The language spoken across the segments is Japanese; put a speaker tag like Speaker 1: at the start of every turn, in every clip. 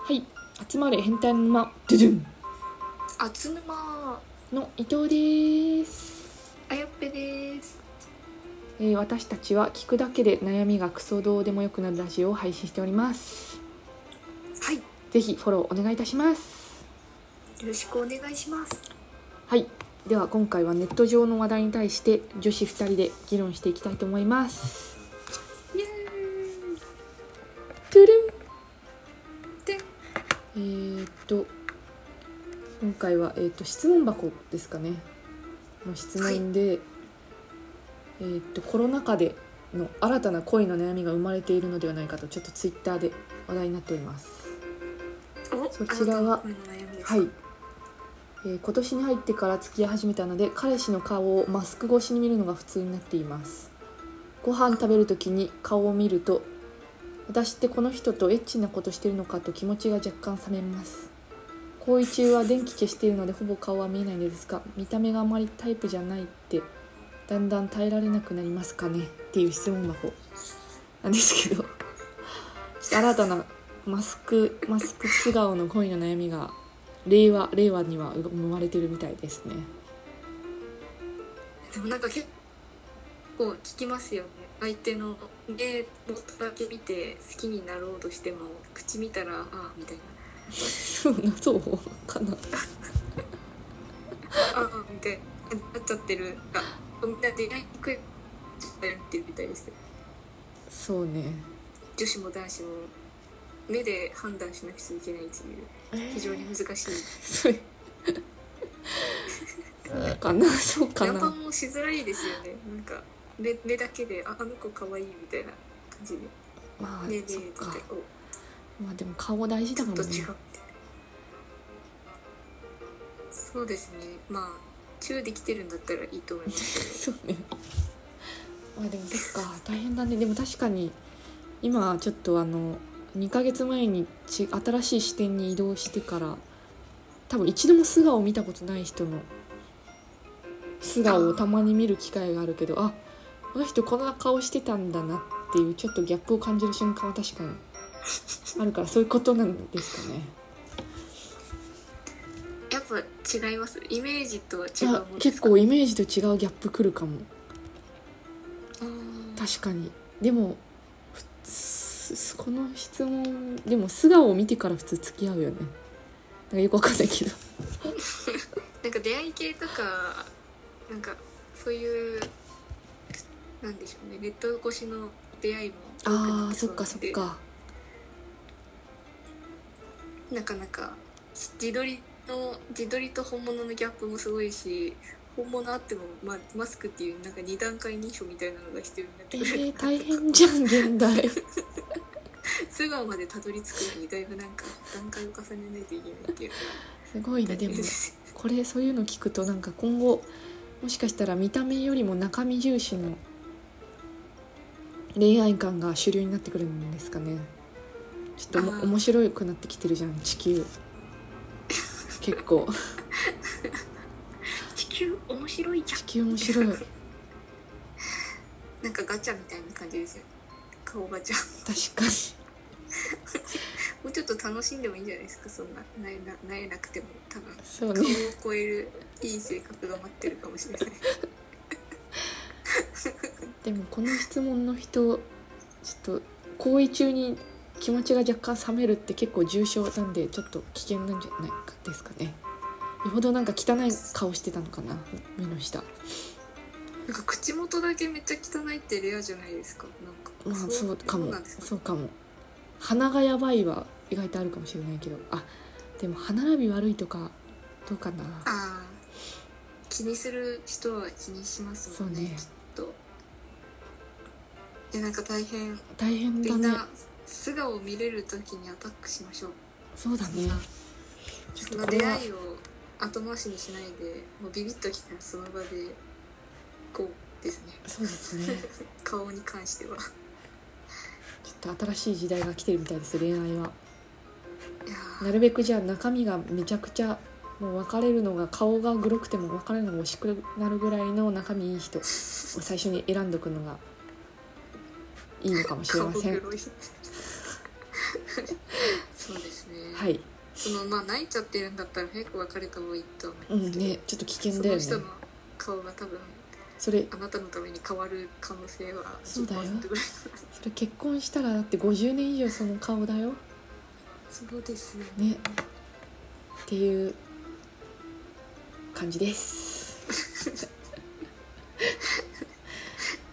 Speaker 1: はい集まれ変態の沼ドゥドゥン
Speaker 2: あつぬま
Speaker 1: の伊藤です、
Speaker 2: あやっぺです
Speaker 1: えー私たちは聞くだけで悩みがクソどうでもよくなるラジオを配信しております
Speaker 2: はい
Speaker 1: ぜひフォローお願いいたします
Speaker 2: よろしくお願いします
Speaker 1: はいでは今回はネット上の話題に対して女子2人で議論していきたいと思います
Speaker 2: イエーイ
Speaker 1: トゥルン
Speaker 2: てん
Speaker 1: えー、っと今回は、えーっと質問箱ですかねの質問で、えーっとコロナ禍での新たな恋の悩みが生まれているのではないかとちょっとツイッターで話題になっております。
Speaker 2: お
Speaker 1: そちらは
Speaker 2: あなたの声の悩みです
Speaker 1: はい、えー今年に入ってから付き合い始めたので彼氏の顔をマスク越しに見るのが普通になっていますご飯食べる時に顔を見ると私ってこの人とエッチなことしてるのかと気持ちが若干冷めます行為中は電気消しているのでほぼ顔は見えないのですが見た目があまりタイプじゃないってだんだん耐えられなくなりますかねっていう質問箱なんですけど 新たなマスクマスク素顔の恋の悩みが令和令和には生まれてるみたいですね
Speaker 2: でもなんか結構聞きますよね相手の目をだけ見て好きになろうとしても口見たらああみたいな
Speaker 1: そうなそうかな
Speaker 2: ああみたいななっちゃってるあみんな出会いにくいだよってるみたいですけど
Speaker 1: そうね
Speaker 2: 女子も男子も目で判断しなくちゃいけないっていう非常に難しい
Speaker 1: それかなそうか
Speaker 2: ナンパ
Speaker 1: な
Speaker 2: もしづらいですよねなんか目目だけでああの子可愛いみたいな感じで「
Speaker 1: まあ
Speaker 2: ねえねえ」
Speaker 1: そっ
Speaker 2: って言っ
Speaker 1: か
Speaker 2: てお
Speaker 1: まあでも顔大事
Speaker 2: ち
Speaker 1: だ
Speaker 2: ょ
Speaker 1: も
Speaker 2: っ
Speaker 1: ん
Speaker 2: と
Speaker 1: ね
Speaker 2: 違うみたいなそうですねまあチューできてるんだったらいいと思い ます
Speaker 1: そうねまあでもそっか大変だねでも確かに今ちょっとあの2ヶ月前にち新しい視点に移動してから多分一度も素顔を見たことない人の素顔をたまに見る機会があるけどあこの人こんな顔してたんだなっていうちょっとギャップを感じる瞬間は確かにあるからそういうことなんです かね。
Speaker 2: やっぱ違いますイメージとは違
Speaker 1: いうや
Speaker 2: もんです
Speaker 1: 結
Speaker 2: か
Speaker 1: 構イメージと違うギャップくるかも。
Speaker 2: あー
Speaker 1: 確かにでもふすこの質問でも素顔を見てから普通付き合うよねなんかよくわかんないけど
Speaker 2: なんか出会い系とかなんかそういうなんでしょうねネット越しの出会いも多くな
Speaker 1: あ
Speaker 2: て
Speaker 1: あそ
Speaker 2: そ
Speaker 1: うっ
Speaker 2: なんで
Speaker 1: かそっか
Speaker 2: なかなか自撮りの自撮りと本物のギャップもすごいし本物あっても、まあ、マスクっていうなんか二段階認証みたいなのが必要になっ
Speaker 1: え
Speaker 2: てくる、
Speaker 1: ー、大変じゃん現代
Speaker 2: 素顔までたどり着くのにだいぶなんか段階を重ねないといけないっていうか
Speaker 1: すごいねでも
Speaker 2: です
Speaker 1: これそういうの聞くとなんか今後もしかしたら見た目よりも中身重視の恋愛観が主流になってくるんですかねちょっとお
Speaker 2: あ
Speaker 1: も
Speaker 2: ー
Speaker 1: 面白くなってきてるじゃん地球結構
Speaker 2: 地球面白いじゃ
Speaker 1: 地球面白い
Speaker 2: んなんかガチャみたいな感じですよ顔ガチャ
Speaker 1: 確かに
Speaker 2: もうちょっと楽しんでもいいんじゃないですかそんななえななえなくても多分
Speaker 1: そう
Speaker 2: 顔を
Speaker 1: ね
Speaker 2: 超えるいい性格が待ってるかもしれない
Speaker 1: でもこの質問の人ちょっと行為中に気持ちが若干冷めるって結構重症なんでちょっと危険なんじゃないかですかねよほどなんか汚い顔してたのかな目の下
Speaker 2: なんか口元だけめっちゃ汚いってレアじゃないですか。なん
Speaker 1: まあ
Speaker 2: か。
Speaker 1: そうかも
Speaker 2: なんですか
Speaker 1: そうかも鼻がやばいは意外とあるかもしれないけどあでも歯並び悪いとかどうかな
Speaker 2: ああ。気にする人は気にしますもんね。
Speaker 1: そうね
Speaker 2: きっと。いやなんか大変。
Speaker 1: 大変
Speaker 2: み
Speaker 1: だ
Speaker 2: ん
Speaker 1: ね
Speaker 2: な素顔を見れるときにアタックしましょう。
Speaker 1: そうだね
Speaker 2: そんな出会いを後回しにしないで、もうビビッときたらその場でこうですね。
Speaker 1: そうですね
Speaker 2: 顔に関しては。
Speaker 1: ちょっと新しい時代が来てるみたいです恋愛は。
Speaker 2: いやー
Speaker 1: なるべくじゃあ中身がめちゃくちゃもう別れるのが顔がグロくても別れるのが惜しくなるぐらいの中身いい人を 最初に選んどくのがいいのかもしれ
Speaker 2: 顔
Speaker 1: ません。
Speaker 2: 黒い。そうですね。そのまあ泣いちゃってるんだったら早く別れた方がいいとは
Speaker 1: う
Speaker 2: 思うん
Speaker 1: ん
Speaker 2: ですけど、
Speaker 1: ねちょっと危険だよね
Speaker 2: その人の顔が多分
Speaker 1: それ
Speaker 2: あなたのために変わる可能性は
Speaker 1: そうだよ
Speaker 2: 10%ぐらい
Speaker 1: それ結婚したらだって50年以上その顔だよ
Speaker 2: そうですよね
Speaker 1: ねっていう感じです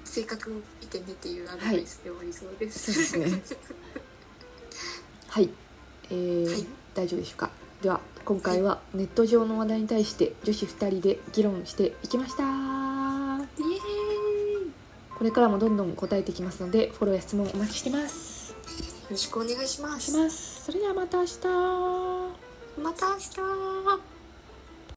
Speaker 2: 性格を見てねっていうアドバイスで終わりそうです、
Speaker 1: そうです はい、えー
Speaker 2: はい
Speaker 1: 大丈夫でしょうかでは今回はネット上の話題に対して女子2人で議論していきました
Speaker 2: イエーイよ
Speaker 1: これからもどんどん答えていきますのでフォローや質問お待ちしてます
Speaker 2: ろしくお願いしま
Speaker 1: し
Speaker 2: す
Speaker 1: ますそれではまた明日
Speaker 2: また明日